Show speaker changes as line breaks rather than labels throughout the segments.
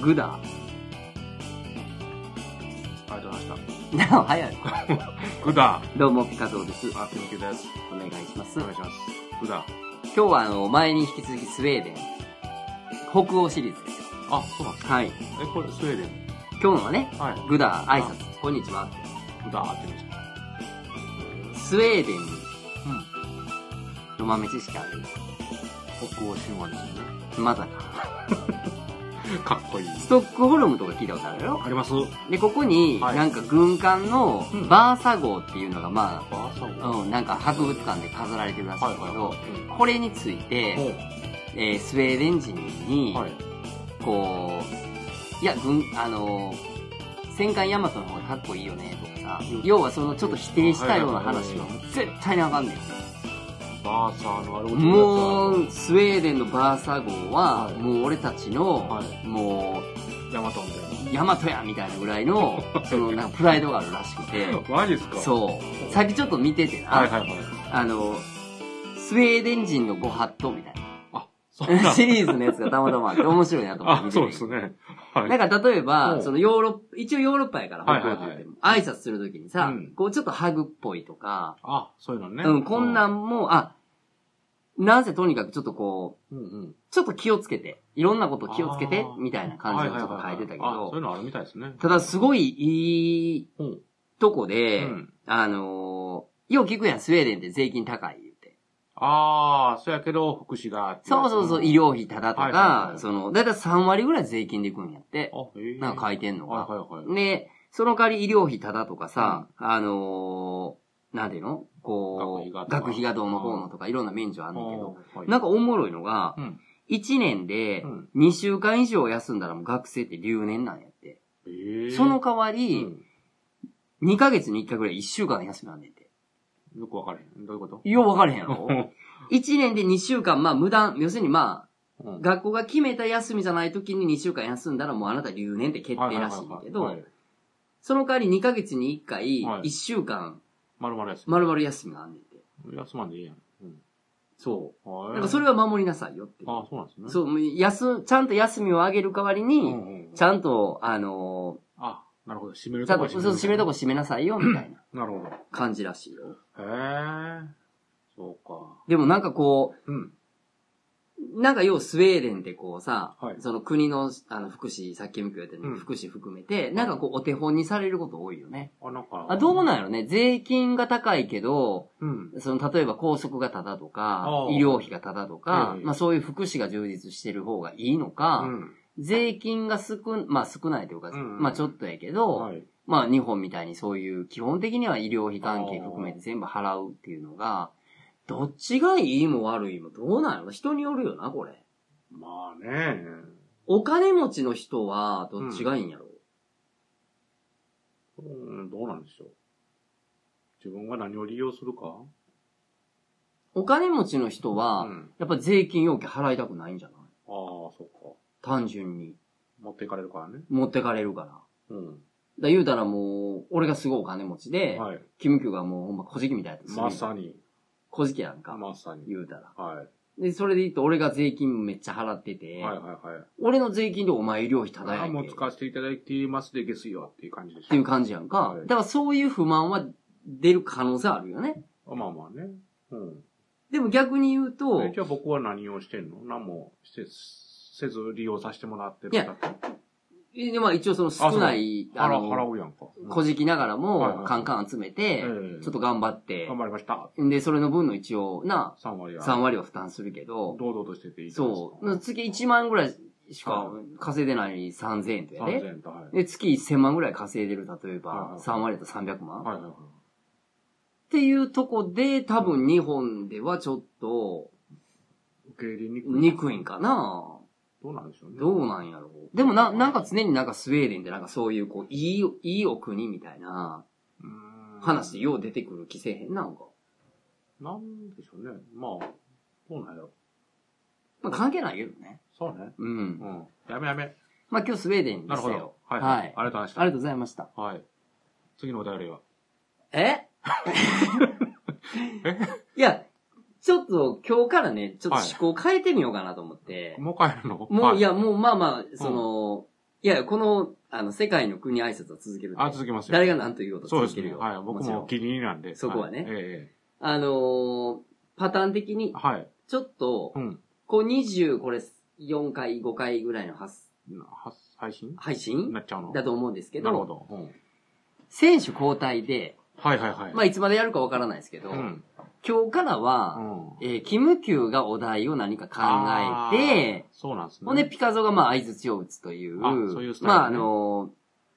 グダ。
ありがとうございまし
なお、早い。
た。グダ
どうも、ピカゾウです。
あ、ピンキーです。
お願いします。
お
今
願いします。グダ
日は、あの、前に引き続きスウェーデン、北欧シリーズですよ。
あ、そうなんですか。
はい。
え、これ、スウェーデン。
今日のはね、
はい。
グダ、挨拶、こんにちはって。
グダーって言うんです
スウェーデンに
う
の豆知識あるんです
ん。北欧神話ですよね。
まさか。
かっこいい。
ストックホルムとか聞いたことあるよ。
あります
で、ここに、
はい
なんか軍艦の
うん
バーサ号っていうのが、ま
バーサ
あ、
ゴ。
うん、なんか博物館で飾られてるらしいんだけど、
は
これについ
いはい。
て、
うん
えースウェーデン人に、
はい。
こう、いや、軍、あのー、戦艦ヤマトの方がかっこいいよね、とかさ
うん、
要はそのちょっと否定したような話は
はいはいはい
絶対にあかんねん。
バーサーのあれを
も
う、
う、スウェーデンのバーサ号は、
はい
もう俺たちの、
は
も
ヤマトみた
う、ヤマトやみたいなぐらい の、その、なんかプライドがあるらしくて
い、な。マジですか
そう。さっきちょっと見ててな、
はいはいはい。
あの、スウェーデン人のご法度みたい
あ、そうなん
な
だ
シリーズのやつがたまたまあって面白いなと思って
あ
見、て
そう
て
ですね。はい。
なんか例え
う
ば、
ん
そのヨーロッパ、一応ヨーロッパやから、
はい
北欧って言っても、挨拶するときにさ、
うん
こうちょっとハグっぽいとか、
あ、そういうのね。
うん、こんなんも、あ、なんせとにかくちょっとこう、
うんうん。
ちょっと気をつけて、いろんなこと気をつけて
あ、ー
みたいな感じをちょっと書いてたけ
はいはいはいはいあそうい
ど、
うのあるみたいですね。
ただすごいいい
うん
とこ
う
で、
ん。
あのーよう聞くやん、スウェーデンって税金高い言うて。
ああ、そうやけど、福祉だってい
そうそうそう、医。療費ただと
はいはい
か
は、い
その、だいたい3割ぐらい税金でいくんやって、
あ、へえ。
なんか書いてんのが。
はいはいはい。
で、その代わり医療費ただとかさ、あのー、なんていうのこう、
学費がとか
学費がどうのこうのとかいろんな免除あんねんけど、
あーはい
なんかおもろいのが
う、ん。
1年で
うん
2週間以上休んだらもう学生って留年なんやって。
へえ。
その代わ
う
り、
ん、
2ヶ月に1回ぐらい1週間休みなんねんて。
よくわかれへん。どういうこと
よう分かれへんや ろ ?1 年で2週間、まあ無断、要するにまあ、
うん
学校が決めた休みじゃない時に2週間休んだらもうあなた留年って決定らしいんだけ
はい
ど
はいはいはい、
その代わり2ヶ月に1回、
はい
1週間
まるまるやつ。
丸々休みがあんねんて。
休まんでいいやん。うん。
そ
は
う。
い。
だからそれは守りなさいよって。
あそうなんですね。
そう、もう休、ちゃんと休みをあげる代わり
う
に、
んうんうん
ちゃんと、あの
あ、なるほど。閉める
ー、ちゃ
と
ん
こ
と、
は
そう、締めるとこ締めなさいよ、みたいな
なるほど。
感じらしいよ。
へえ。そうか。
でもなんかこ
うん。
う、なんか要はスウェーデンってこうさ、
はい
その国の、あの、福祉、さっきも言ったよう
う
に、
ん
福祉含めて、なんかこう、お手本にされること多いよね。
あ、なんか。
あ、どうなん
い
やろね。税金が高いけど、
うん。
その、例えば高速がタダとか
あ、ー
医療費がタダとか
は、い
まあそういう福祉が充実してる方がいいのか、
うん。
税金が少ん、まあ少ないというか、
うん
まあちょっとやけど、
はい。
まあ日本みたいにそういう基本的には医療費関係含めて全部払うっていうのが、どっちがいいも悪いもどうなんやろ人によるよな、これ。
まあね。
お金持ちの人はどっちがいいんやろ、
うん、どうなんでしょう。自分が何を利用するか
お金持ちの人は、
うん。
やっぱ税金要件払いたくないんじゃない
ああ、そっか。
単純に。
持っていかれるからね。
持ってかれるから。だか
うん。
ら言うたらもう、俺がすごいお金持ちで、
はい。
キムキュがもうほんま小敷みたいなやつ。
まさに。
小敷やんか。
まさに。
言うたら。
は
で、それで言うと俺が税金めっちゃ払ってて、
い。はいはいはい。
俺の税金でお前医療費ただや
あ
ん
も
け
う
っ
使わせていただいていますで、ですよっていう感じでしょ。
ていう感じやんか。
はい
だからそういう不満は出る可能性あるよね。
あまあまあね。うん。
でも逆に言うと
え、じゃあ僕は何をしてんの何もしてせず利用させてもらってる
いや
だけ
えまあ一応その少ない、あ
払う
の、
払うやんか。うん
小敷ながら
はいは
も
い
カンカン集めて、
ええ
ちょっと頑張って
頑、張りました。
で、それの分の一応な、
3割は。
3割は負担するけど、
堂々としてていいじゃないですか
そう、月1万ぐらいしか
は
稼いでない3000円とやで。
3000円と、はい。
で、月1000万ぐらい稼いでる、例え
はい
ば
は、い
3割だと300万。
はいはいはい。
っていうとこで、多分日本ではちょっと、
受け入れにくい。
憎いんかな
どうなんでしょうね。
どうなんんやろう。でもな、なんか常になんかスウェーデンってなんかそういうこう、いい、いいお国みたいな話でよう出てくる気せえへんなんか。
なんでしょうね。まあ、どうなんやろ。
まあ関係ないけどね。
そうね。
う。
うんん。やめやめ。
まあ今日スウェーデンに
なる
し
ほ
た
ど
よ。。
はい。
はい
ありがとうございまし
ありがとうございました。
た。はい。次のお便りは。
え
え
いや、ちょっと今日からね、ちょっと思考変えてみようかなと思って。
もう帰るの
もう、い
や、
や、もうまあまあ、その、いや、この、あの、世界の国挨拶は続ける。
あ、続きますよ。
誰が何と言おうと
そうで
続
す
ける
ね。
よ。
はい。僕
ちろ
も
ん
お気に入りなんで。
そこはね
いえ
あのーパターン的に
え。、はい。
ちょっと
う、ん。
こう20、これ、4回、5回ぐらいの発
は配信
配信
なっちゃうの。
だと思うんですけ
なるほ
ど、
ど。うん
選手交代で、
はいはいはい。
まあ、いつまでやるかわからないですけど、
うん。
今日から
う
は、
ん。
えーキムキューがお題を何か考えて
あー、、そうなんですね。
ほんで、ピカゾがまあ、相槌を打つという、
あそういうスタイルね
まあ、あの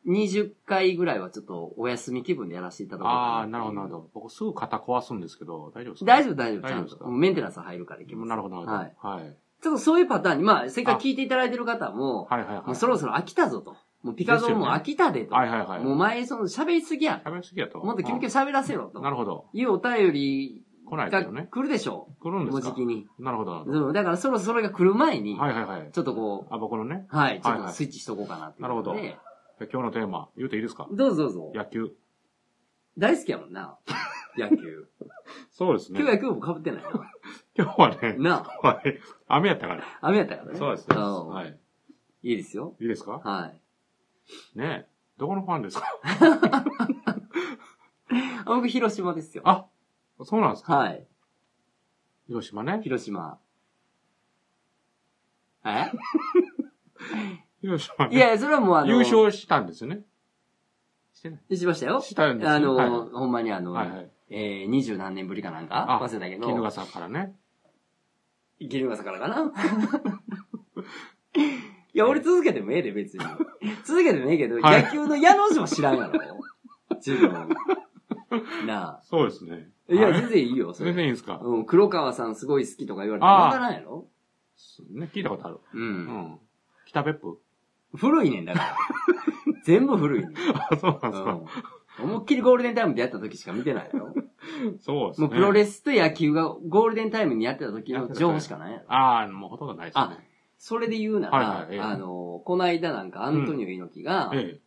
ー、20回ぐらいはちょっとお休み気分でやらせていただこうか
ああ、
っていう
なるほど、なるほど。僕すぐ肩壊すんですけど、大丈夫ですか
大丈夫、大丈夫。
大
ちゃ
丈夫
ん
です
と。
か
もうメンテナンスは入るからいきます。
なるほど、なるほど。はい。
ちょっとそういうパターンに、まあ、せっかく聞いていただいてる方も、
はいはい
も
は
う
い。
そろそろ飽きたぞと。もうピカゾも飽きたでと。
はいはいはい。
もう前、その喋りすぎや。
喋りすぎやと。
もっとキムキュー喋らせろ
う
と
ん。なるほど。
いうお便り
来ないで
が
すよね。
来るでしょ
来る
う。
んで
もう
す
じ
か
きに。
なるほど、なるほ
そうだからそろそろそれが来る前に
ど。、はいはいはい。
ちょっとこ
あ、僕のね、
う、はい、ちょ
はい
っ
は
と
い
スイッチしとこうかなっていうことで
なる今日のテーマ、言うていいですか
どうぞどうぞ。
野球。
大好きやもん な。野球。
そうですね
今日。野球部被ってないよ。
今日はね、
な
はい雨やったから。
あ、雨やったからね。
そうですね。
ん
はい。
いいですよ。
いいですか
はい。
ねえ。どこのファンですか
あ僕、広島ですよ。
あ、そうなんですか
はい。
広島ね。
広島。 え
広島ね。
いや、それはもうあの、
優勝したんですよね。してない。
しましたよ。
したんですよ
あの、
はい
ほんまにあの、
はいはい。
えー、二十何年ぶりかなんか
あ
忘れたけど、
衣笠からね。
ギルガサからか ないや、俺続けてもええで、別に。 続けてもええけど、
はい
野球の矢の字も知らんやろ。自 分。な
そうですね。
あ。いや、
はい
全然いいよ、それ。
全然いいんですか
うん、黒川さんすごい好きとか言われても
あー
わからんやろ
ね、聞いたことある。
うん。
うん。北別府
古いねん、だ から。全部古いねん。
あ、そうなんですか。
うん思いっきりゴールデンタイムでやった時しか見てないよ。
そうです
も
ね。
うプロレスと野球がゴールデンタイムにやってた時の情報しかないやろ。
ああ、もうほとんどないですね。
それで言うな
はい
ら
はいええ、
あの、この間なんかアントニオ猪木が、
え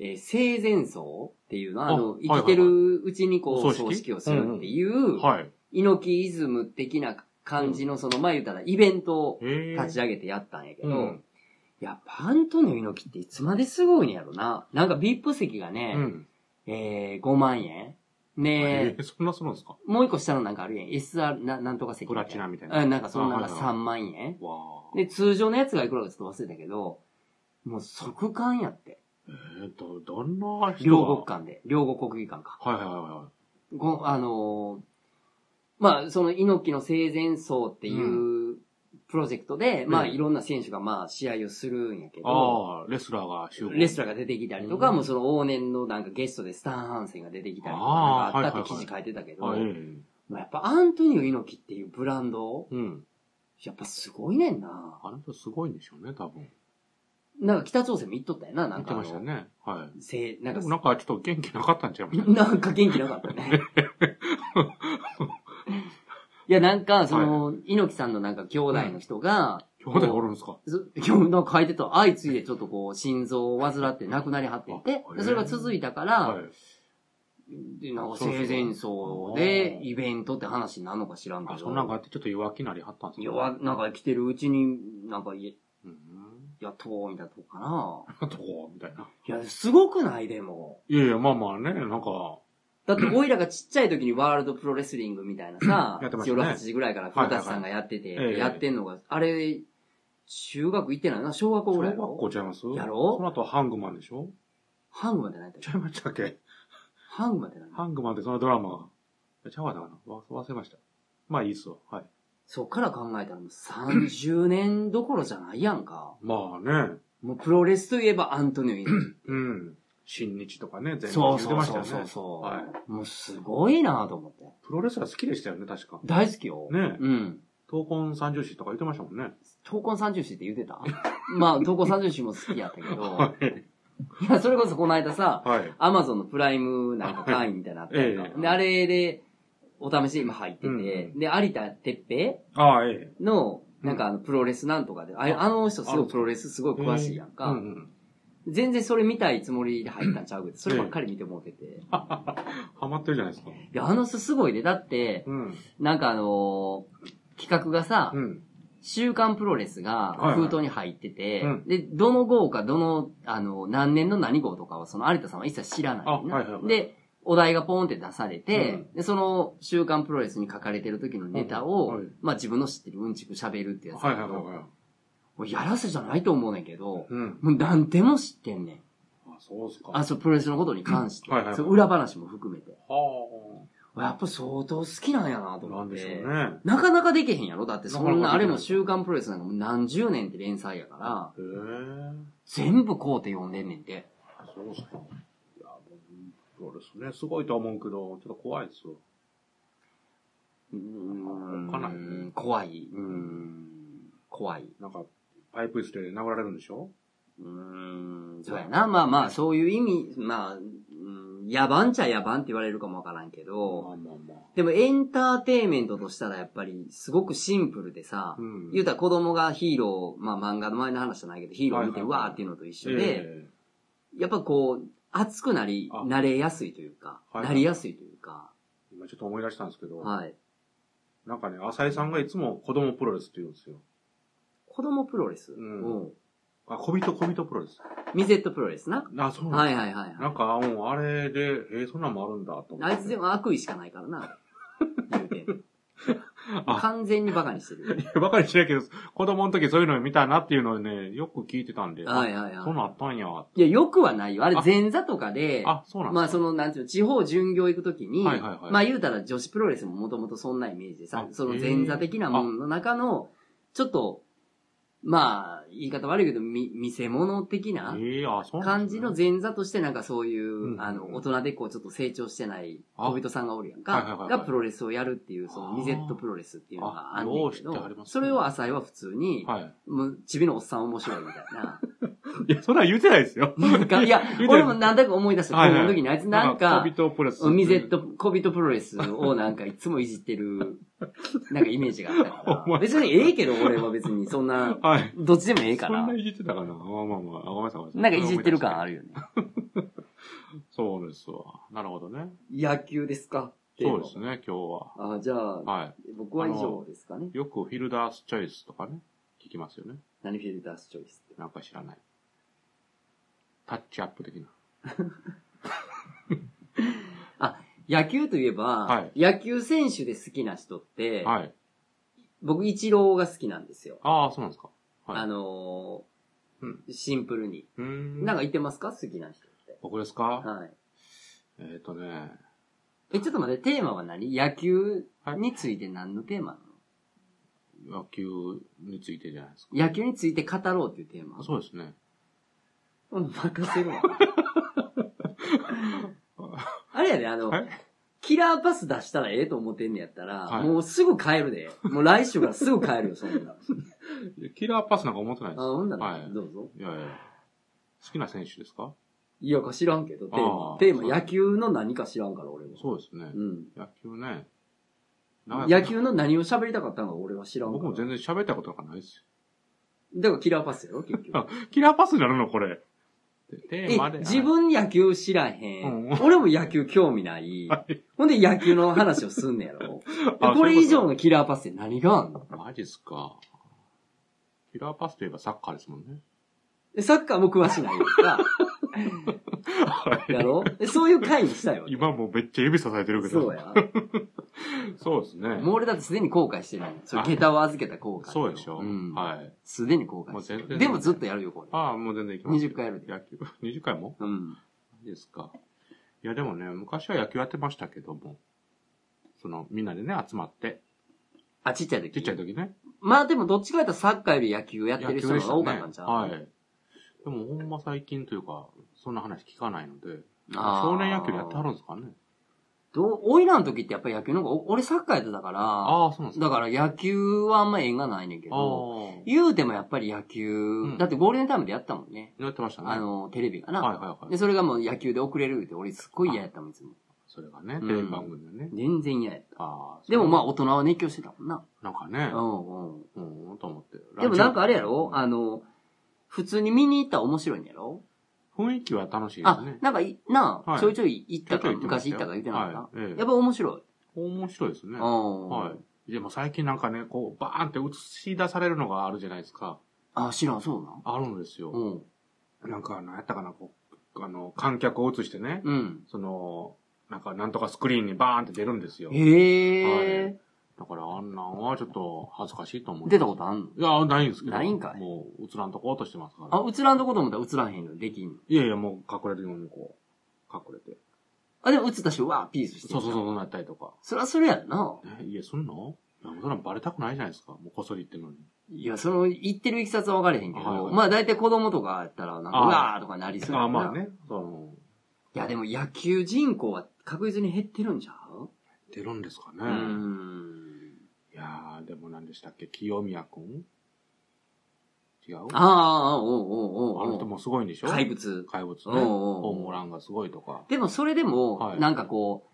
え。
えー生前葬っていうのは、
あ
あの、
はいはいは
生
い
きてるうちにこ
お
う、
葬式
葬式をするっていう、
はい。
猪木イズム的な感じの、その、まあ言うたらイベントを
ええ。
立ち
上
上げてやったんやけ
う
ど
ん、。
やっぱアントニオ猪木っていつまですごいんやろな。なんか VIP 席が
う
ね、
ん。
えー5万円。ね
ええ、そんなするんですか
もう一個下のなんかあるやん。SR ななんとか席
プ
みたい
ラ
な。
チナみたい
うん、
な。
なんかそんなのが
あはいは
3
い
万円。
わあ。
で、通常のやつがいくらかちょっと忘れたけど、もう即間やって。
えっと、どんな人
両国
か。
間で。両国国技館か。
はいはいは
ごあのーまあ、その猪木の生前葬っていううプロジェクトで、まあ、
うん
いろんな選手がまあ、試合をするんやけ
いはい。
ど、
ああ、レスラーが集合。
レスラーが出てきたりとか、
うん
もうその往年のなんかゲストでスタン・ハンセンが出てきたりとか、なん
あー
かあったっ
はいはい
て
はい
記事書いてたけど、
あええ。
まあ、やっぱアントニオ猪木っていうブランド、
うん。
やっぱすごいねんな。
あの人すごいんでしょうね、多分。
なんか北朝鮮も行っとったよな、な
言
ん
っ
か
て
あの。
ましたね。はい。
せなん
で
か
もなんかちょっと元気なかったんちゃいました
なんか元気なかった ね。いや、なんか、その、猪木さんのなんか兄弟の人が、
兄弟おるんですか
ず今日 なんか書いてた、相次いでちょっとこう、心臓を患って亡くなりはってて
あ、へえ
でそれが続いたから、
はい。
でなんか生前葬でイベントって話なのか知らんけ
あ、
ど、
そんなんかあってちょっと弱気なりはったんです か
弱、なんか生きてるうちに、なんかや、
うん。
やっとうみたいなとこかな。
どこみたいな。
いや、すごくないでも。
いやいや、まあまあね、なんか、
だって、オイラがちっちゃい時にワールドプロレスリングみたいなさ
、やってましたね
夜8時ぐらいから古舘さんがやってて、
はいはいはいええ
やってんのが、あれ、中学行ってないな、小学校
小
ぐらい
学
やろ
校ちゃいます
やろ
その後ハングマンでしょ
ハングマンって何やったっ
ち
け
ゃいましたっけ
ハングマンって何やったっけ
ハングマンってそのドラマが。ちゃうわな、わ忘れました。まあいいっすわ。はい。
そっから考えたらもう30年どころじゃないやんか。
まあね、
もうプロレスといえばアントニオ猪
うん。新日とかね、
木。
全
そう
出
そ
て
う
ました
そ
よ
う
ね。
そうそう、
はい
もうすごいなと思って。
プロレスラー好きでしたよね、確か。
大好きよ。
ね
うん。
闘魂三重士とか言ってましたもんね。
闘魂三重士って言ってた まあ、闘魂三重士も好きやった けど、
い。
いや、それこそこの間さ、
はい。
アマゾンのプライムなんか会員みたいなのあったやんか
ええ
で、あれで、お試しで今入ってて、
うんうん
で、有田哲平
ああ、ええ。
の、なんかあの、プロレスなんとかで、あれあの人すごいプロレスすごい詳しいやんか、
うんうん。
全然それ見たいつもりで入ったんちゃうけど、そればっかり見てもうてて。 い
ハマってるじゃないですか。
や、あの人すごいで、だって、
うん。
なんかあのー企画がさ、
うん。
週刊プロレス
はい
が
はい
封筒に入ってて、
うん
で、どの号かどの、あの、何年の何号とかはその有田さんは一切知らない
あ、
ねんな
はいはいはい。、
で、お題がポーンって出されて、
うん
でその週刊プロレスに書かれてる時のネタを、
うんはい
まあ自分の知ってるうんちく喋るってやつ
はい
だけ
はい
ど、
はいはい。
もうやらせじゃないと思うねんけど、
うん。
もう何でも知ってんねん。
あ、そうですか。
あ、そう、プロレスのことに関して。
うんはいはいはい
そう裏話も含めて。
は
やっぱ相当好きなんやな
あ。
と
な
思っ
ん
て。
でしょうね。
なかなかできへんやろだってそん
な
な、
かなか
あ
でき
れ
ない
も週刊プロレスなんかもう何十年って連載やから、
へえ。
全部こうて読んでんねんて。
そうですか。いや、もう、プロレスね、すごいとは思うけど、ちょっと怖いですよ。
うーん
かなり
怖い。うーん。怖い。
なんか、パイプ椅子で殴られるんでしょ
うーん。そうやな。まあまあ、そういう意味、まあ、うん野蛮っちゃ野蛮って言われるかもわからんけど、
あまあまあ。
でもエンターテインメントとしたらやっぱりすごくシンプルでさ、
ん
言う
た
たら子供がヒーロー、まあ漫画の前の話じゃないけど、ヒーロー見て
は
う
いはいはい
わーっていうのと一緒で、
え
やっぱこう、熱くなり、
あ
慣れやすいというか、
はいはい
なりやすいというか、
え今ちょっと思い出したんですけど、
はい。
なんかね、浅井さんがいつも子供プロレスって言うんですよ。
子供プロレス、
うん
うん
あ、小人小人プロレス。
ミゼットプロレスな。
あ、そうなん
は
で
い
す
はいはい
な
はい。
んか、もう、あれで、えーそんなんもあるんだ、と思って。
あいつでも悪意しかないからな。言うて。
あ
完全にバカにしてる。
ばかりしないけど、子供の時そういうの見たなっていうのをね、よく聞いてたんで、
はいはい
あそう
は
なったんや。
い。いや、よくはないよ。あれ
あ、
前座とかで、
あ、そうなん
ま
で
あその、なんていうの、地方巡業行くときに、
はいはいはい
まあ言うたら女子プロレスももともとそんなイメージでさ
あ、
その前座的なもんの中の、ちょっと、まあ、言い方悪いけど、み、見せ物的
す
な、
ね。えー、あ、そうなん
感
です
じ
ね
の前座としてなんかそういう、
うん
あの、大人でこうちょっと成長してない
あ
小人さんがおるやん
はいはいはい
か
は、い
がプロレスをやるっていう、その
あー
ミゼットプロレスっていうのがあんねんけ
あよう知ってはり
ど、
ますね
それを浅井は普通に、
は
もう、ちびのおっさん面白いみたいな。
い。いや、それは言ってないですよ。
なんか、いや
見て、る
俺もなんだか思い出した、
はい
子
はい
供の時にあいつなんか
小、人プロレス。
ミゼット、小人プロレスをなんかいつもいじってる、なんかイメージがあったか
お
ら。
前
別にええけど、俺は別にそんな、
はい。
どっちでもええか
そん
ら
な。いじってたかなまあまあまあ、あごめんなさい。ごめ
なんかいじってる感あ
る。
るよね。
そうですわ。なるほどね。
野球ですか
そうです。ね、今日は。
あ、じゃあ、
は
僕は以上ですかね。
い。よくフィルダースチョイスとかね、聞きますよね。
何フィルタースチョイスって。
なんか知らない。タッチアップ的な。
野球といえば、
は
野球選手で好きな人って、
はい。
僕、イチローが好きなんですよ。
ああ、そうなんですか。はい
あのー
うん
シンプルに。
うーん。
なんか言ってますか好きな人って。
僕ですか
はい。
えっとね、
え、ちょっと待って、テーマは何野球
はい
について何のテーマなの、
野球についてじゃないですか。
野球について語ろうっていうテーマ。
そうですね。
うん、任 せるわ。あれやで、あの
はい、
キラーパス出したらええと思ってんねやったら、
はい
もうすぐ帰るで。もう来週からすぐ帰るよ、そんな。
キラーパスなんか思ってない
あ、
です。
ほんなら、
はい
どうぞ。
いやいや。好きな選手ですか
いや、か知らんけど、テーマ
あ。ー
テー
そう
マ、野球の何か知らんから、俺も。
そうですね。
うん。
野球ね。なんか
野球の何を喋りたかったのか俺は知らんか
僕
ら。
も全然喋ったことなんかないです
だからキラーパスやろ、 結局。
よ。キラーパスになるのこれ。テ
え
ーマで。、
自分野球知らへん。
うん
俺も野球興味 ない。
はい
ほんで野球の話をすんねやろ。
あ
これ以上
そういう
のキラーパスって何があんの
ことマジっすか。キラーパスといえばサッカーですもんね。
でサッカーも詳しないやんか。
はい
やろでそういう会にしたいわけ。
今もうめっちゃ指さされてるけど。
そうや。
そうですね。
もう俺だってすでに後悔してるもん。それ、
あ
下駄を預けた後悔。
そうでしょ。
うん。
はい。
すでに後悔して
もう全然
る。でもずっとやるよ、これ。
ああ、もう全然いきますよ。
20回やる
野球。20回も
うん。
いいですか。いや、でもね、昔は野球やってましたけども、その、みんなでね、集まって、
あ、ちっちゃい時。
ちっちゃい。時ね、
まあでもどっちかやったらサッカーより野球やってる人の方が多かったんちゃう、
野球でしたねはい。でも、ほんま最近というか、そんな話聞かないので、
あー
少年野球でやってはるんですかね。
どう、おいらの時ってやっぱ野球の方が、お俺サッカーやってたから、
ああ、そうなんです
だ
か。
から野球はあんま縁がないねんけ
あ
ど、
あ。
言うてもやっぱり野球、
ん
だってゴールデンタイムでやったもんね。
やってましたね。
あの、テレビかな。
はいはいは
で、
い。
それがもう野球で遅れるって、俺すっごい嫌やったもん、いつも。
それがね、
うん
テレビ番組でね。
全然嫌やった。
ああ。
でもまあ
あ、
大人は熱狂してたもんな。
なんかね
う、んうん。
うん、と思って。
でもなんかあれやろ
ラ
あの、普通に見に行ったら面白いんやろ
ジオ雰囲気は楽しいです
あ
ね、。
なんかい、なあ、
はい
ちょいちょい行ったか、
ちょいちょい行ってま
昔
した
行っ
よ
たか言ってなかった、
はいええ
やっぱ面白い。
面白いですね。
うん。
はい。でも最近なんかね、こう、バーンって映し出されるのがあるじゃないですか。
あ、知らん、そうなん
あるんですよ。
うん。
なんか、なんやったかな、こう、あの、観客を映してね、
うん。
その、なんか、なんとかスクリーンにバーンって出るんですよ。
へえ。
だから、あんなんはちょっと恥ずかしいと思う。
出たことあんの
いや、ないんですけど。
ないんかい
もう、映らんとこうとしてますから。
あ、映らんとこと思ったら映らへんのできんの。
いやいや、もう隠れるようにこう、隠れて。
あ、でも映った人、わー、ピースして
そうそうそう、
う。
そうなったりとか。
そりゃそれやろな。
ね、いや、そんなんいやそんなんバレたくないじゃないですか。もうこっそり言ってるのに。
いや、その、言ってるいきさつは分かれへんけど、
はいはい
まあ大体子供とかやったら、なんか、
あー
うわーとかなりそうやな
あ、まあ。ね。その、
いや、でも野球人口は確実に減ってるんちゃう
出るんですかね。
うーん。
いやー、でも何でしたっけ清宮くん違う
ああ、おうおう
あの
お
人
うおう。
もすごいんでしょ
怪。物。
怪物ね。
おうおうおう
ホームランがすごいとか。
でもそれでも、
はい
なんかこ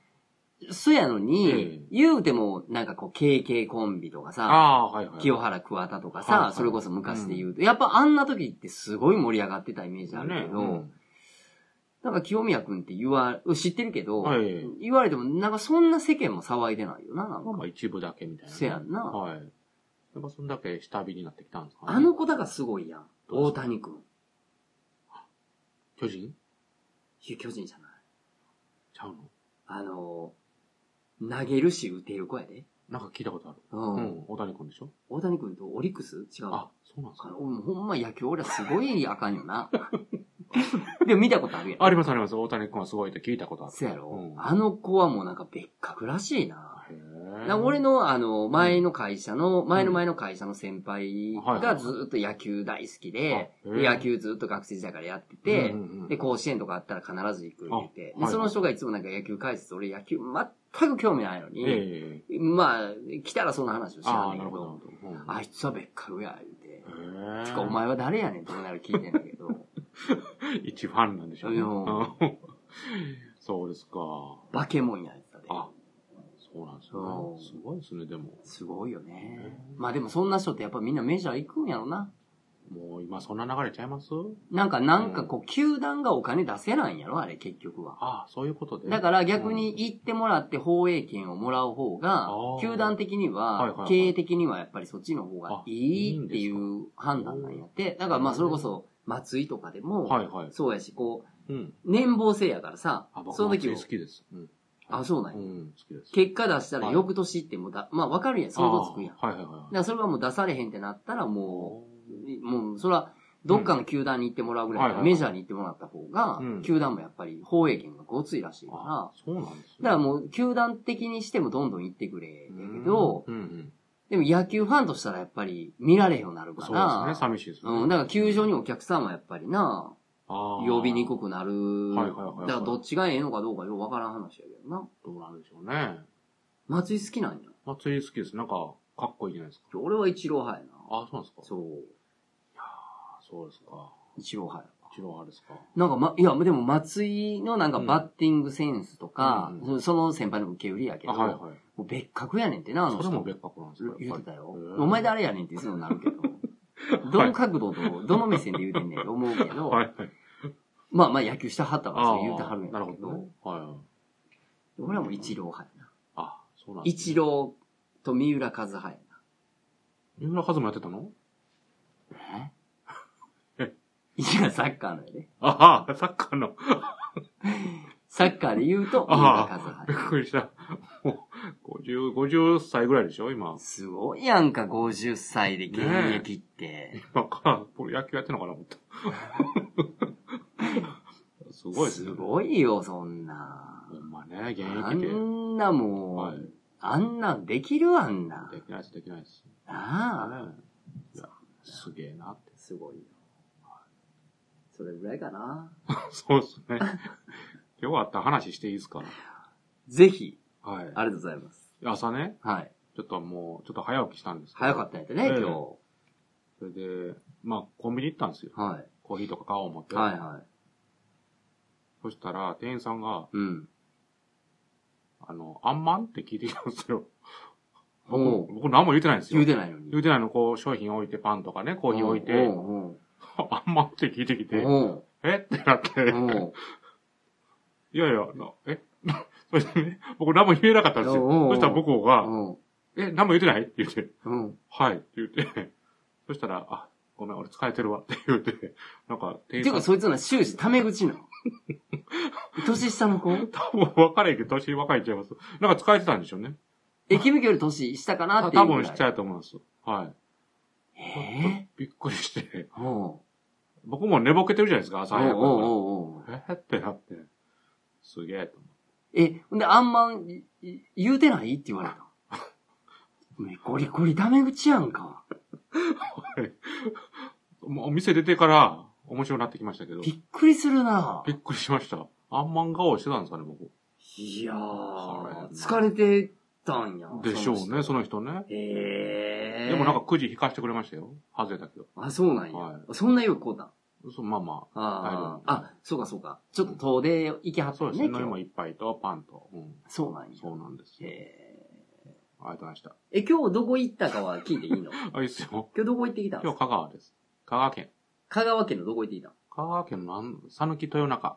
う、そやのに、
ええ
言うても、なんかこう、KK コンビとかさ、
ああー、はいはい。
清原桑田とかさ、
はいはい
それこそ昔で言うと、やっぱあんな時ってすごい盛り上がってたイメージある
ね
けど、
うん
なんか清宮くんって言わ、知ってるけど、
はい。
言われても、なんかそんな世間も騒いでないよな、なん
まあ
か。
まあ一部だけみたいなね。
せやんな
はい。やっぱそんだけ下火になってきたんですかね。
あの子だがすごいやん。
どう
大
ぞ
谷くん。
巨人
いや巨人じゃない。
ちゃうの
あの、投げるし打てる子やで。
なんか聞いたことある。
うん。
うん。大谷くんでしょ
大谷くんとオリックス違う。
あ、そうなんで
あ
すか
の、もうほんま野球俺はすごいあかんよ な。でも見たことあるやん。
ありますあります。大谷くんはすごいって聞いたことある。
そうやろ、
うん
あの子はもうなんか別格らしいな。
へ
なん
え。
か俺の、あの、前の会社の、前の前の会社の先輩がずっと野球大好きで、
うんはいはいはい
で
あへえ
野球ずっと学生時代からやってて、
うんうんうん
で、甲子園とかあったら必ず行くって言って、で
あはいはい
その人がいつもなんか野球解説、俺野球全く興味ないのに、
ええ。
まあ、来たらその話をし
あ
は
あ、
んね
なんる
け
ほ
ど、
どな
あ
るほど。うん
いつは別格や、言うて。
へえ。
てか、お前は誰やねんって俺なら聞いてんだけ ど、
一ファンなんでしょうね。
う
うんん そうですか。
バケモンやったで。
あ、そうなんです
う
よ
ん
ね。すごいですね、でも。
すごいよね。まあでもそんな人ってやっぱみんなメジャー行くんやろな。
もう今そんな流れちゃいます
なんか、なんかこう、球団がお金出せないんやろ、あれ、結局は。
ああ、そういうことで。
だから逆に行ってもらって放映権をもらう方が
あ、ー
球団的に
はいはい
は
は、い
経営的にはやっぱりそっちの方がい
あいい
い
ん
って
です
い
か
う判断なんやって。だからまあそれこそ、松井とかでも、
はいはい。
そうやし、こう、
うん。
年俸制やからさ
あ、、僕
そ
も
の時も
好、きです。うん。
あ、そうなん
う
や。
ん、好きです。
結果出したら翌年ってもうだ、まあわかるやん、想像つくやん。だか
ああはいはいはい。
らそれがもう出されへんってなったらもう、もう、それは、どっかの球団に行ってもらうぐらいだから、
うん
メジャーに行ってもらった方が、
うん
球団もやっぱり放映権がごついらしいから、
あそうなんですね
だからもう、球団的にしてもどんどん行ってくれ、だけど、
うんうん。
でも野球ファンとしたらやっぱり見られへんようになるか
そうですね、
ら、
寂しいですね。
うん、だから球場にお客さんはやっぱりな、
ああ
呼びにく
く。
くなる、
はいはいはいはい
だからどっちがええのかどうかようわからん話やけどな。
どうなんでしょうね。
松井好きなんや。
松井好きです。なんか、かっこいいじゃないですか。
俺は一郎派やな。
ああ、そうなんですか。
そう。
あそうですか。
一郎派やわ。
一郎あれですか。
なんかま、いや、でも松井のなんか
うん
バッティングセンスとか、
うんうん
そのその先輩の受け売りやけ
あ、
ど、
はいはい。
もう別格やねんってな、あの
そ
人。
れも別格なんですか。
言
や
う
ってぱ
たよ
へ。ー
お前誰やねんっていつもなる けど、どの角度と、どの目線で言うてんねんと思うけ
り
ど、
はいはい。
まあまあ野球したはったから
あ
そ
あ
れ言うてはるんや
なる
け
ほ
ど、
どね。はいはい。
俺はもう一郎派やな。
あ、そうなんですね
一。郎と三浦和派や
三浦和馬やってたの
な。え いや、サッカーのやで。
ああ、サッカーの。
サッカーで言うと三浦和
ああ、
派
びっ。くりした。もう、50、50歳ぐらいでしょ今。
すごいやんか、50歳で現役って。
今から、これ野球やってんのかな思った。 すごいですね。
ごいよ、そんな。
ほんまね、現
あ
役で。
んなもう、
はい
あんなんできるあんな。
できないです、できないです。
なあ。
ねいや、すげえなって。
すごいよ。それぐらいかな。
そうですね。今日あった話していいですか
ぜひ、あ
はい。
りがとうございます。
朝ね、
はい。
ちょっともう、ちょっと早起きしたんですけど
早かったんやってね、
ええ
今日。
それで、まあ、コンビニ行ったんですよ。
は
コーヒーとか買おう思っ
い。
て。
はいはい。
そしたら、店員さんが、
うん。
あの、あんまんって聞いてきた んですよ。
おう
僕、僕何も言ってないんですよ。
言うてないのに。
言うてないの、こう、商品置いて、パンとかね、コーヒー置いて、
おうおう
あんまんって聞いてきて、
おう
えってなって、
おう
いやいや、なえそしてね、僕何も言えなかったんですよ。
おうおう
そしたら僕が、
おう
え、何も言ってないって言って、
うん。
はいって言って、そしたら、あ、ごめん、俺疲れてるわって言って、なんか、店
ていうか、そいつら終始タメ口なの。年下の子
多分分からへんけど、年 若いんちゃいます。なんか疲れてたんでしょうね。
え、君より年下かな
た
っていう
多
ぐらい。
分しちゃうと思います。はい。
え
びっくりして。
ー、お
僕も寝ぼけてるじゃないですか、
う
朝
おう
早くから。
おうおう
えーってなって。すげえと思って。
え、ほんで、あんまん、い言うてないって言われた。めゴリゴリタメ口やんか。
もうお店出てから面白くなってきましたけど、
び
び
っくりするな
っくりしました。あんまん顔してたんですかね、僕。
いやー、
これ
疲れてたんや。
でしょうね、そ
の人。
の人ね。
えー。
でもなんか、くじ引かしてくれましたよ。外れたけど。
あ、そうなんや。
は
そんなよくこうたん。
そうまあま
あー
はい
あ、そうかそうか。ちょっと遠出行きは
あ。
った
そ
ん
う
や
です
ね。
ね。飲み
今
も
日
一杯とパンと。うん。
そうなんや。
そうなんですよ。
え
ありがとうございました。
ーえ、今日どこ行ったかは聞いていいの今
あ、いいっすよ。
日どこ行ってきたん
今日香川です。香川県。
香川県のどこ行ってきたん
香川県のなん、さぬき豊中。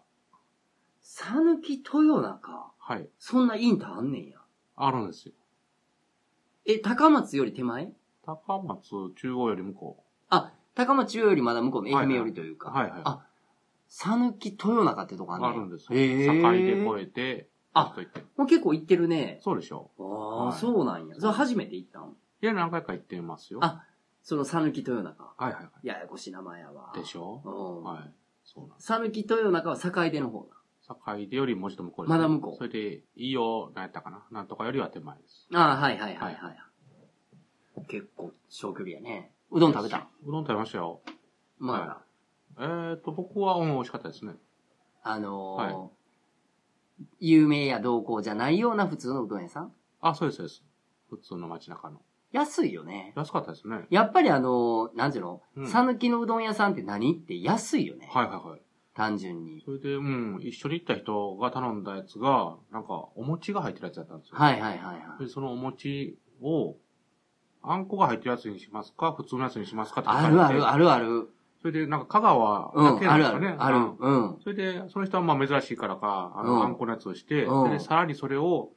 さぬき豊中。
はい。
そんなインターあんねんや。
あるんですよ。
え、高松より手前
高松中央より向こ
あ、高松中央よりまだ向こうの愛媛よりという
う。
か。
はいはい。
あさぬき豊中ってとこあんね
あ
ん。
るんです
へ
よ。
ー
境で越えて、
あ
ちょっと行って。
もう結構行ってるね。
そうでしょ
ああ、
はい
そうなんや。それ初めて行ったん
う。いや、何回か行ってますよ。
あそのさぬき豊中。
はいはいは
ややこしい名前やわ。
い。でしょ
うん。
はい。そうなんです。
さぬき豊中は境出の方だ。
境でよりもうちょっと向こうです、
まだ向こう
それで、いいよ、何やったかな。なんとかよりは手前です。
ああ、はいはいはいはい。結構、小距離やね。うどん食べた
うどん食べましたよ。
まだ、
はえーと、僕は、うん、美味しかったですね。
あのー
は
有名や同行じゃないような普通のうどん屋さん
あ、そうです、そうです。普通の街中の。
安いよね。
安かったですね。
やっぱりあのーなんていうの
うん
さぬきのうどん屋さんって何って安いよね。
はいはいはい。
単純に。
それで、うん、一緒に行った人が頼んだやつが、なんか、お餅が入ってるやつだったんですよ。
はいはいはいはい。
で、そのお餅を、あんこが入ってるやつにしますか普通のやつにしますかって
あるある
る。
あるある。
それで、なんか、香川
う
だけ
ん、
な
あ
ん
る
です
あ
かね。
る。ある
うん。
うん。
それで、その人はまあ珍しいからか、あの、
うん
あんこのやつをして、
うん
それで、さらにそれを、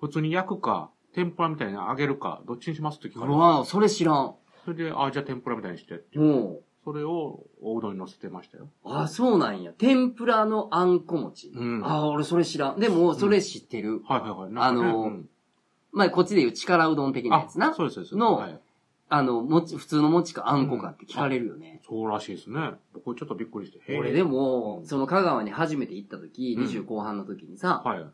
普通に焼くか、天ぷらみたいに揚げるか、どっちにしますって聞か
う
れて。
わそれ知らん。
それで、あ、じゃあ天ぷらみたいにしてって
う
言っ
ん。
てそれを、おうどんに乗せてましたよ。
あ、そうなんや。天ぷらのあんこ餅。
うん
あ俺それ知らん。でも、それ知ってる。
はいはいはい。なんかね
あのー
うん
まあ、こっちで言う力うどん的なや
あ
つな。
そうです、そうです。
の
はい
あの、もち、普通の餅かあんこかって聞かれるよね。
そうらしいですね。僕ちょっとびっくりして。へー
俺で、も
う、ん
その香川に初めて行った時、
うん
20後半の時にさ、
はい。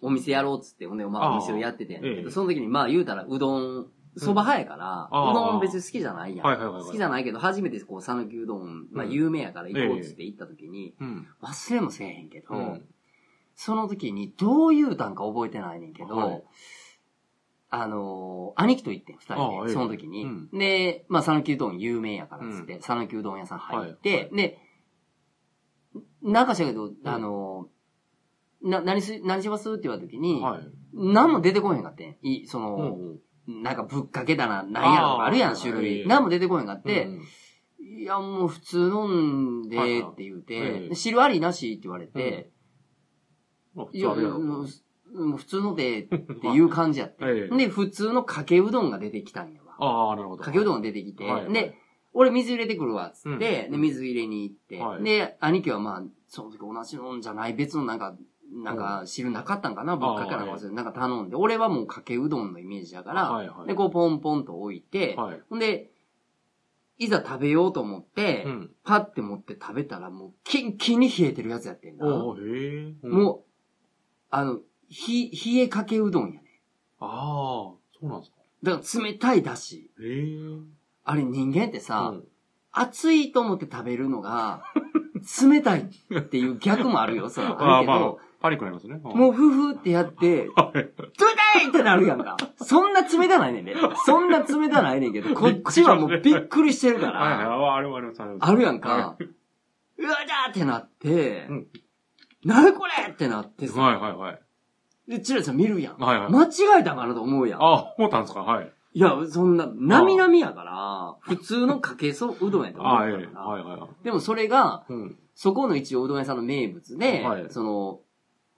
お店やろうっつって、ほんで、ま
あ
あ
あ
お店をやっててんやけ
え
ど、
え
その時にまあ言うたらうどん、蕎麦派やから、
ああ
うどん別に好きじゃないやん。
はいはいはいはい
好きじゃないけど、初めてこう、讃岐うどん、まあ
うん
有名やから行こうっつって行った時に、
うん。
忘れもせえへんけど、
うん。
その時にどう言うたんか覚えてないねんけど、
はい
あのー兄貴と行ってん、二
あ
人
あえ
で、
え
その時に。
うん
で、まあ、讃岐うどん有名やからっつって、讃岐うどん屋さん入って、
はいは
で、なんかしたけど、あのーな、何す、何しますって言われた時に、
はい。
何も出てこへんかってん。いそ
うん
の、
うん
なんかぶっかけだな、なんやろとかあるや
あ
ん、
あ
種
はいはい
類。
はい
何も出てこへんかって、
うん
いや、もう普通飲んで
はいはい
って言う
え
て、
え
で汁ありなしって言われて、
まあ普
い
通
や、
あれやろ
うんうん普通のでっ ていう感じやって。
ええ
で、普通のかけうどんが出てきたんやわ。
ああ、なるほど。
かけうど
ん
んが出てきて、
はい
で、俺水入れてくるわ、っつって、
うん
で、水入れに行って、
はい
で、兄貴はまあ、その時同じのんじゃない、別のなんか、なんか汁なかったんかな、ぶっかけなんか忘れてなんか頼んで、俺はもうかけうどんのイメージやから、
はいはい
で、こうポンポンと置いて、
はい。
ほんで、いざ食べようと思って、
うん。
パッて持って食べたらもうキンキンに冷えてるやつやってんだ。
おーへえ。うん。
もう、あの、ひ、冷えかけうどんやね。
ああ、そうなんですか。
だから冷たいだし。
へえ。
あれ人間ってさ、
うん
暑いと思って食べるのが、冷たいっていう逆もあるよ、それ
あ
は。ある
あ、
け
ま
ど、
あ、パニックになりますね。うん
もうふふってやって、冷たいってなるやんか。そんな冷たないねんね。そんな冷たないねんけ ど、こっちはもうびっくりしてるか
はいはい、
ら、
ああれもあります、あれも
あるやんか、うわだーってなって
うん、
なにこれってなってさ、
はいはいはい。
で、チラチラ見るやん。
はいはい。
間違えたんかなと思うやん。
ああ、思ったんですかはい。
いや、そんな、なみなみやから、普通のかけそうどんやと思
あ
う
あ、ええ。
か
は
ら
い
な
はいはい。
でもそれが、
うん。
そこの一応うどん屋さんの名物で、
はい
その、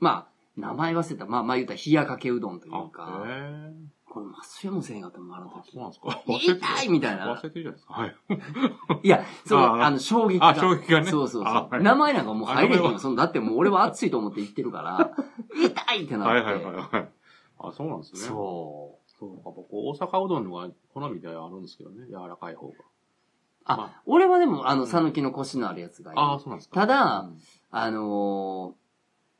まあ、名前忘れた、まあまあ言うたら冷やかけうどんという
あ
か、
へえ。
これ松山せんかったもん、あの
あそう
時。
なんですか。
痛いみたいな
忘れてるじゃないですか。はい。
いや、そう、
あー
あの、衝撃
あ衝撃がね
そうそう
あ
そ
は
う。
い
名前なんかもう入れへん
あごめん
よ。そのだってもう俺は熱いと思って言ってる から、痛いってなっ
は
て。
いはいはいはい。あ、そうなんですね。う。
そう。
そうか、僕、大阪うどんの方が好みではあるんですけどね、柔らかい方が。
あ、
ま
俺はでも、あの、讃岐の腰のあるやつがいい。
ああ、そうなんですか。
ただ
うん、
あの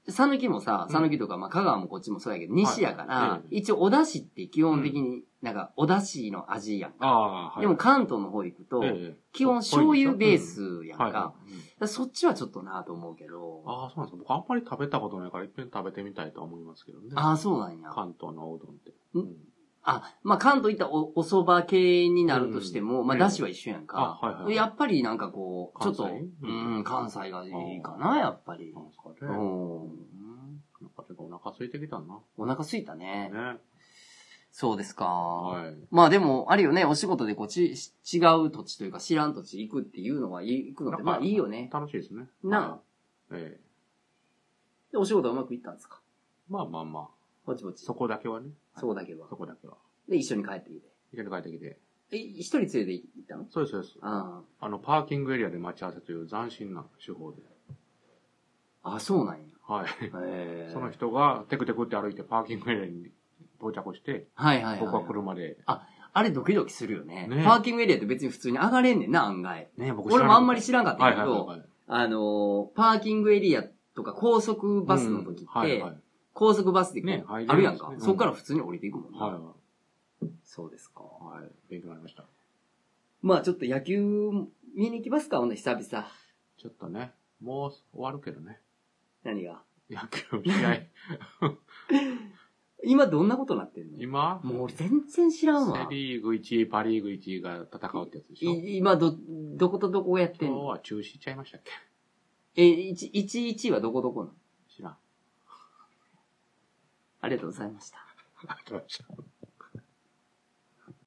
ー、讃岐もさ、
うん
讃岐とか、まあ、香川もこっちもそうやけど、西やから、
はいうん
一応お出汁って基本的に、なんか、お出汁の味やんか。
ああ、はい。
でも、関東の方行くと、
ええ
基本醤油ベースやんか。
はいはいうん
だからそっちはちょっとなと思うけど、
ああ、そうなんですか。僕あんまり食べたことないから、いっぺん食べてみたいとは思いますけどね。
ああ、そうなんや。
関東のおうどんって。
ん
うん
あ、まあ、関東行ったらお、お蕎麦系になるとしても、
うん
まあ、出汁は一緒やん
あ、
か。
はいはいはい。
やっぱりなんかこう、ちょっと、
関西
うん、関西がいいかな、やっぱり
な。んですかね。
う
なん
ん。
かちょっとお腹空いてきたな。
お腹すいたね。
ね。
そうですか。
はい。
まあでも、あるよね、お仕事でこうち、し違う土地というか知らん土地行くっていうのは、い行くのって、まあいいよね。
楽しいですね。
な
あ。ええ。
で、お仕事はうまくいったんですか
まあまあまあ。
ぼちぼち。
そこだけはね。
そうだけは
そ。こだけは。
で、一緒に帰ってきて。
一緒に帰ってきて。
え、一人連れて行ったの
そうです、そうです。
あ
あの、パーキングエリアで待ち合わせという斬新な手法で。
あ。あ、そうなんや。
はい。
へえ。
その人がテクテクって歩いてパーキングエリアに到着して、
はいはいはい。
僕は車で。
あれドキドキするよね
ね
パーキングエリアって別に普通に上がれんねんな、案外。
ね、僕
俺もあんまり
知
知らんかった
ら
け
なかったは
ど、
いはいはいはい。
あのー、パーキングエリアとか高速バスの時
うん
っ
はい
て
は、い
高速バスでこう
ね入れるんですね
あるやんか
う。ん
そっから普通に降りていくもんね。
は
そうですか。
い。はい。勉強になりました。
まあちょっと野球見に行きますかほんな久々。
ちょっとね、もう終わるけどね。
何が。
野球の試合。
今どんなことなってんの
今、
もう俺全然知らん
セ
わ。
リーグ1位、パリーグ1位が戦うってやつでしょ。
い今ど、どことどこをやってん
今日
の
は中止しちゃいましたっけ
え、一一一はどこどこなの
知らん。
ありがとうございました。
ありがとうございました